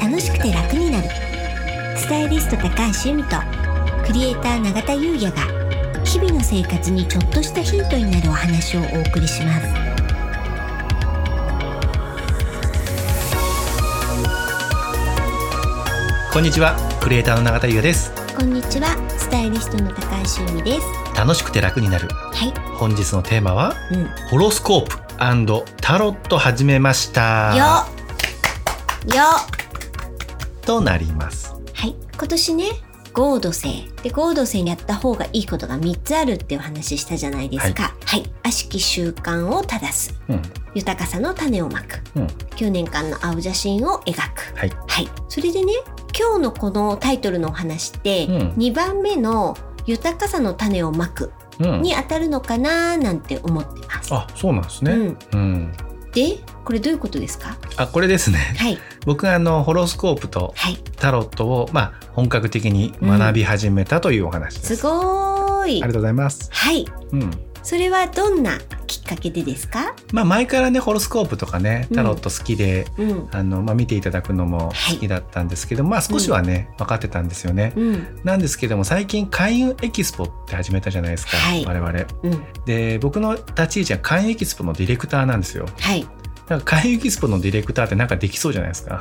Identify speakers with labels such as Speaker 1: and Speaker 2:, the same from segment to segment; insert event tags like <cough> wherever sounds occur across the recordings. Speaker 1: 楽しくて楽になるスタイリスト高橋由美とクリエイター永田優也が日々の生活にちょっとしたヒントになるお話をお送りします
Speaker 2: こんにちはクリエイターの永田優也です
Speaker 1: こんにちはスタイリストの高橋由美です
Speaker 2: 楽しくて楽になる
Speaker 1: は
Speaker 2: 本日のテーマはい
Speaker 1: うんよ
Speaker 2: ホロスコープタロット始めました
Speaker 1: よ
Speaker 2: となります
Speaker 1: はい今年ね合土星で合土星にやった方がいいことが3つあるっていうお話ししたじゃないですかはい、悪しき習慣を正す
Speaker 2: うん
Speaker 1: 豊かさの種をまく
Speaker 2: うん
Speaker 1: 9年間の青写真を描く
Speaker 2: はい
Speaker 1: はいそれでね今日のこのタイトルのお話って、
Speaker 2: うん
Speaker 1: 2番目の豊かさの種をまく
Speaker 2: うん
Speaker 1: に当たるのかなーなんて思ってます、
Speaker 2: あそうなんですね
Speaker 1: うん、
Speaker 2: うん
Speaker 1: でこれどういうことですか
Speaker 2: あこれですね <laughs>
Speaker 1: はい
Speaker 2: 僕があのホロスコープと
Speaker 1: はい
Speaker 2: タロットをまあ本格的に学び始めたというお話です
Speaker 1: す、ごーい
Speaker 2: ありがとうございます
Speaker 1: はい
Speaker 2: うん
Speaker 1: それはどんなきっかけでですか
Speaker 2: まあ前からねホロスコープとかねタロット好きで、
Speaker 1: うん
Speaker 2: あのまあ、見ていただくのも好きだったんですけど、まあ少しはね、分かってたんですよね。
Speaker 1: うん
Speaker 2: なんですけども最近開運エキスポって始めたじゃないですか、
Speaker 1: はい
Speaker 2: 我々。
Speaker 1: うん
Speaker 2: で僕の立ち位置は開運エキスポのディレクターなんですよ。
Speaker 1: はい
Speaker 2: だから開運エキスポのディレクターってなんかできそうじゃないですか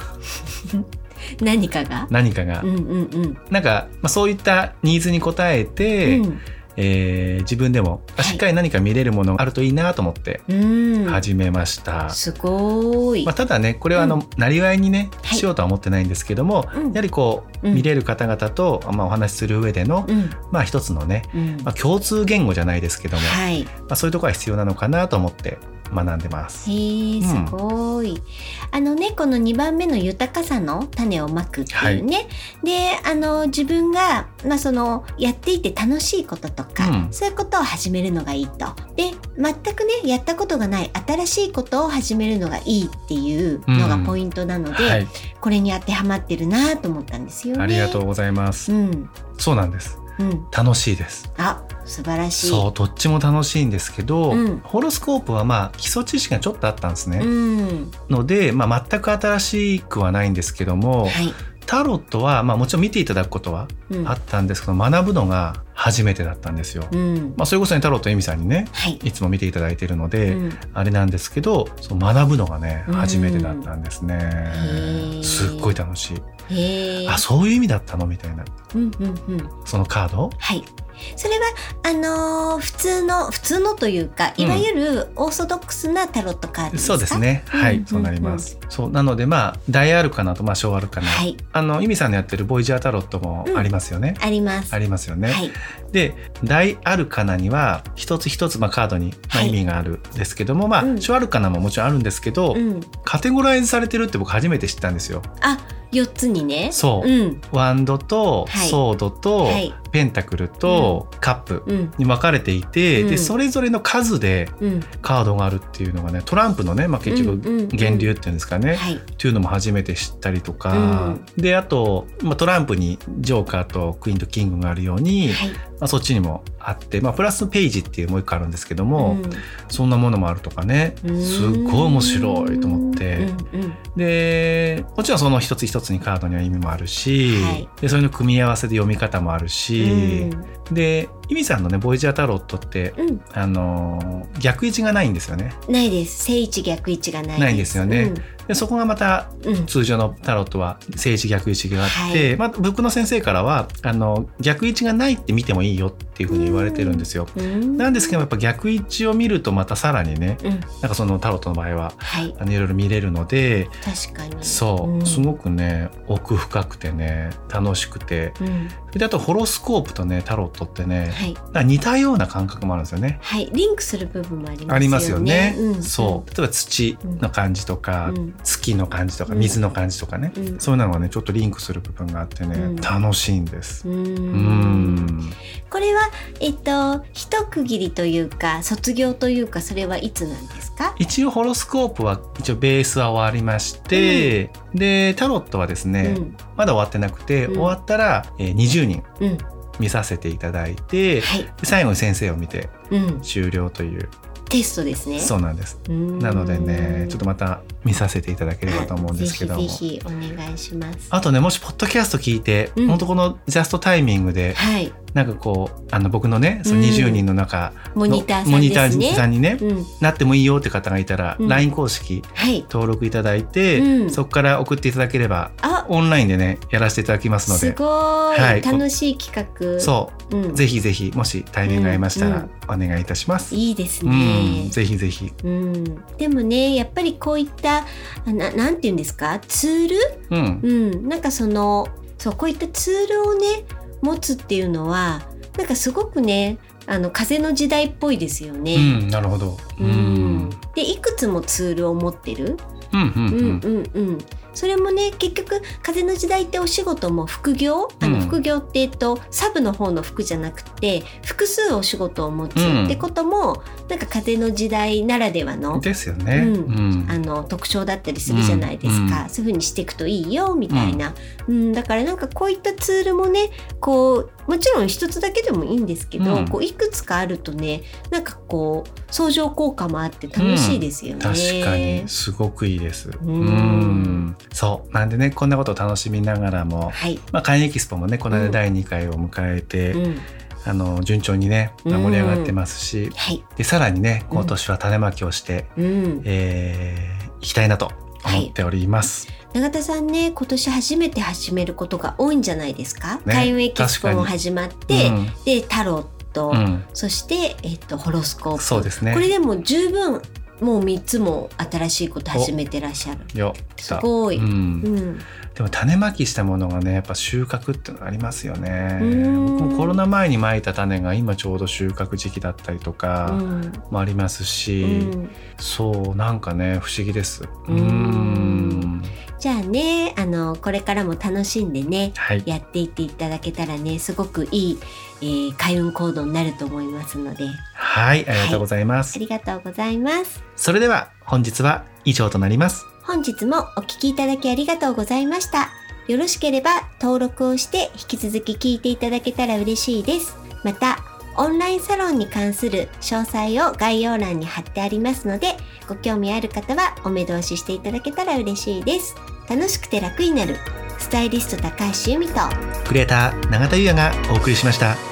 Speaker 1: 何かが
Speaker 2: 何かが。
Speaker 1: うんうんうん
Speaker 2: なんか、まあ、そういったニーズに応えて、
Speaker 1: うん
Speaker 2: えー自分でも
Speaker 1: は
Speaker 2: あ
Speaker 1: い
Speaker 2: しっかり何か見れるものがあるといいなと思って
Speaker 1: うん
Speaker 2: 始めました。
Speaker 1: すごーい、
Speaker 2: まあ、ただねこれはあ
Speaker 1: う
Speaker 2: の、なりわいにね
Speaker 1: はい
Speaker 2: しようとは思ってないんですけども、
Speaker 1: うん
Speaker 2: やはりこう
Speaker 1: うん
Speaker 2: 見れる方々と、まあ、お話しする上での、
Speaker 1: うん
Speaker 2: まあ、一つのね、
Speaker 1: うん
Speaker 2: まあ、共通言語じゃないですけども、
Speaker 1: はい
Speaker 2: まあ、そういうところは必要なのかなと思って学んでます。
Speaker 1: へえ
Speaker 2: うん
Speaker 1: すごい、あのねこの2番目の豊かさの種をまくっていうね、であの自分が、まあ、そのやっていて楽しいこととか、
Speaker 2: うん
Speaker 1: そういうことを始めるのがいいとで全くねやったことがない新しいことを始めるのがいいっていうのがポイントなので、
Speaker 2: はい、
Speaker 1: これに当てはまってるなと思ったんですよね。
Speaker 2: ありがと
Speaker 1: う
Speaker 2: うございます。
Speaker 1: うん
Speaker 2: そうなんです。
Speaker 1: うん、
Speaker 2: 楽しいです。
Speaker 1: あ素晴らしい。
Speaker 2: そう、どっちも楽しいんですけど、
Speaker 1: うん
Speaker 2: ホロスコープはまあ基礎知識がちょっとあったんですね。
Speaker 1: うん
Speaker 2: ので、まあ、全く新しくはないんですけども、
Speaker 1: はい
Speaker 2: タロットはまあもちろん見ていただくことは
Speaker 1: うん
Speaker 2: あったんですけど学ぶのが初めてだったんですよ。
Speaker 1: うん
Speaker 2: まあ、それこそね太郎とエミさんにね
Speaker 1: はい
Speaker 2: いつも見ていただいているので、
Speaker 1: うん
Speaker 2: あれなんですけどそう学ぶのがね
Speaker 1: うん
Speaker 2: 初めてだったんですね
Speaker 1: ー。
Speaker 2: すっごい楽しい。
Speaker 1: へえ
Speaker 2: あそういう意味だったのみたいな
Speaker 1: うんうんうん
Speaker 2: そのカード。
Speaker 1: はい。それは、あのー普通の、普通のというか、
Speaker 2: うん
Speaker 1: いわゆるオーソドックスなタロットカードですか
Speaker 2: そうです。ね。はい、
Speaker 1: うん
Speaker 2: そうなります。そうなのでまあ大アルカナとまあ小アルカナ、
Speaker 1: はい。
Speaker 2: あのエミさんのやってるボイジャータロットもありますよね。
Speaker 1: あります。
Speaker 2: ありますよね。
Speaker 1: はい。
Speaker 2: で大アルカナには一つ一つまあカードにまあ
Speaker 1: はい
Speaker 2: 意味があるんですけども、
Speaker 1: う
Speaker 2: まあ
Speaker 1: ん
Speaker 2: 小アルカナももちろんあるんですけど、
Speaker 1: うん。
Speaker 2: カテゴライズされてるって僕初めて知ったんですよ。
Speaker 1: あ、四つにね。
Speaker 2: そう
Speaker 1: うん。
Speaker 2: ワンドと
Speaker 1: はい
Speaker 2: ソードと
Speaker 1: はい
Speaker 2: ペンタクルとカップ
Speaker 1: うん。
Speaker 2: に分かれていて、
Speaker 1: うん
Speaker 2: でそれぞれの数で
Speaker 1: うん。
Speaker 2: カードがあるっていうのがねトランプのね、まあ、結
Speaker 1: うんうんうん
Speaker 2: 局源流っていうんですかね、
Speaker 1: はい。
Speaker 2: っていうのも初めて知ったりとか、であと、まあ、トランプにジョーカーとクイーンとキングがあるように、
Speaker 1: はい。
Speaker 2: まあ、そっちにもあって、まあ、プラスページっていうもう一個あるんですけども、
Speaker 1: ん
Speaker 2: そんなものもあるとかねすっごい面白いと思って。
Speaker 1: うんうん。
Speaker 2: でもちろんその一つ一つにカードには意味もあるし、
Speaker 1: はい
Speaker 2: でそれの組み合わせで読み方もあるし、でイミさんのね「ボイジャータロット」って
Speaker 1: うん。うん。
Speaker 2: あのー逆位置がないんですよね
Speaker 1: ないです。正位置逆位置がないです。
Speaker 2: ないんですよね。でそこがまた
Speaker 1: うん。うん。
Speaker 2: 通常のタロットは正位置逆位置があって、
Speaker 1: は
Speaker 2: まあ、僕の先生からはあの逆位置がないって見てもいいよっていうふうに言われてるんですよ。
Speaker 1: うん
Speaker 2: なんですけどやっぱ逆位置を見るとまたさらにね
Speaker 1: うん。
Speaker 2: なんかそのタロットの場合は
Speaker 1: はい。
Speaker 2: あのいろいろ見れるので
Speaker 1: 確かに。
Speaker 2: そう、
Speaker 1: ん
Speaker 2: すごくね奥深くてね楽しくて
Speaker 1: うん。
Speaker 2: であとホロスコープとねタロットってね
Speaker 1: はい。
Speaker 2: なんか似たような感覚もあるんですよね。
Speaker 1: はい、リンクする部分もありますよね。
Speaker 2: ありますよね。
Speaker 1: うん、
Speaker 2: そう例えば土の感じとか、
Speaker 1: うん
Speaker 2: 月の感じとか
Speaker 1: うん
Speaker 2: 水の感じとかね、
Speaker 1: うん
Speaker 2: そういうのがねちょっとリンクする部分があってね、
Speaker 1: うん
Speaker 2: 楽しいんです。
Speaker 1: うー。
Speaker 2: うんん
Speaker 1: これは、えっと、一区切りというか、卒業というか、それはいつなんですか。
Speaker 2: 一応ホロスコープは一応ベースは終わりまして、でタロットはですね、
Speaker 1: うん、
Speaker 2: まだ終わってなくて、
Speaker 1: うん
Speaker 2: 終わったら、えー20人
Speaker 1: うん、
Speaker 2: 見させていただいて、
Speaker 1: はい、
Speaker 2: 最後に先生を見て
Speaker 1: うん、
Speaker 2: 終了という
Speaker 1: テストですね
Speaker 2: そうなんです
Speaker 1: な
Speaker 2: なのでねちょっと
Speaker 1: 待
Speaker 2: また見させていただければと思うんですけども
Speaker 1: ぜひぜひお願いします
Speaker 2: あとねもしポッドキャスト聞いて、
Speaker 1: うん
Speaker 2: 本当このジャストタイミングで
Speaker 1: はい
Speaker 2: なんかこうあの僕のねその
Speaker 1: うん
Speaker 2: 20人の中
Speaker 1: モ
Speaker 2: の、
Speaker 1: ニター
Speaker 2: モ
Speaker 1: さん
Speaker 2: ニタ
Speaker 1: です
Speaker 2: ー
Speaker 1: ね
Speaker 2: さんにね、
Speaker 1: うん
Speaker 2: なってもいいよって方がいたら、
Speaker 1: うん
Speaker 2: LINE 公式
Speaker 1: はい
Speaker 2: 登録いただいて、
Speaker 1: うん
Speaker 2: そこから送っていただければ
Speaker 1: あ
Speaker 2: オンラインでねやらせていただきますの
Speaker 1: す
Speaker 2: で
Speaker 1: ごい、
Speaker 2: はい
Speaker 1: 楽しい企画、
Speaker 2: そうう、
Speaker 1: ん、
Speaker 2: ぜひぜひもしタイミングが合いましたらお願いいたします。
Speaker 1: いいです
Speaker 2: うん
Speaker 1: ね、
Speaker 2: ぜひぜひ、
Speaker 1: うん、でもねやっぱりこういったあななんて言うんですかツール、
Speaker 2: うん、
Speaker 1: うん、なんかそのそうこういったツールをね持つっていうのはなんかすごくねあの風の時代っぽいですよ
Speaker 2: う
Speaker 1: ね。
Speaker 2: ん、なるほど。う
Speaker 1: うん
Speaker 2: ん、
Speaker 1: でいくつもツールを持ってる、
Speaker 2: うん、うん、
Speaker 1: う
Speaker 2: うんん、
Speaker 1: うんうん、それもね結局風の時代ってお仕事も副業あ
Speaker 2: う
Speaker 1: の
Speaker 2: ん
Speaker 1: 副業って、えっと、サブの方の服じゃなくて複数お仕事を持つ
Speaker 2: うん
Speaker 1: ってことも、なんか風の時代ならではの
Speaker 2: ですよね。
Speaker 1: う
Speaker 2: うんん、
Speaker 1: あの特徴だったりするじゃないですか、
Speaker 2: うん
Speaker 1: そういうふうにしていくといいよみたいな、うんだからなんかこういったツールもねこうもちろん一つだけでもいいんですけど、
Speaker 2: うん
Speaker 1: こういくつかあるとねなんかこう相乗効果もあって楽しいですよね。
Speaker 2: 確かにすごくいいです。
Speaker 1: ん
Speaker 2: うん、そう、なんでね、こんなことを楽しみながらも。
Speaker 1: はい、
Speaker 2: まあ、会エキスポもね、この
Speaker 1: う
Speaker 2: 間
Speaker 1: ん
Speaker 2: 第2回を迎えて、
Speaker 1: うん
Speaker 2: あの順調にね、まあ
Speaker 1: うん
Speaker 2: 盛り上がってますし。
Speaker 1: はい
Speaker 2: で、さらにね、
Speaker 1: うん
Speaker 2: 今年は種まきをして、
Speaker 1: うん、
Speaker 2: えー、行きたいなと思っております。
Speaker 1: 永田さんね今年初めて始めることが多いんじゃないですか、
Speaker 2: ね
Speaker 1: 開運エキスポも
Speaker 2: 確かに
Speaker 1: 始まって、でタロット、
Speaker 2: うん、うん、
Speaker 1: そして、えっと、ホロスコープ
Speaker 2: そうですね。
Speaker 1: これでも十分もう3つも新しいこと始めてらっしゃる。
Speaker 2: よ来た
Speaker 1: すごい
Speaker 2: うん
Speaker 1: うん、
Speaker 2: でも種まきしたものがねやっぱ収穫ってのありますよね
Speaker 1: うーん
Speaker 2: 僕もコロナ前にまいた種が今ちょうど収穫時期だったりと
Speaker 1: う
Speaker 2: か
Speaker 1: ん
Speaker 2: もありますし、
Speaker 1: うん
Speaker 2: そうなんかね不思議ですうー
Speaker 1: ーん
Speaker 2: ん
Speaker 1: じゃあねあのこれからも楽しんでね
Speaker 2: はい
Speaker 1: やっていっていただけたらねすごくいい、えー開運行動になると思いますので
Speaker 2: はいありがとうございます、
Speaker 1: ありがとうございます。
Speaker 2: それでは本日は以上となります
Speaker 1: 本日もお聞きいただきありがとうございました。よろしければ登録をして引き続き聞いていただけたら嬉しいです。また、オンラインサロンに関する詳細を概要欄に貼ってありますので、ご興味ある方はお目通ししていただけたら嬉しいです。楽しくて楽になる、スタイリスト高橋由美と、
Speaker 2: クリエイター永田裕也がお送りしました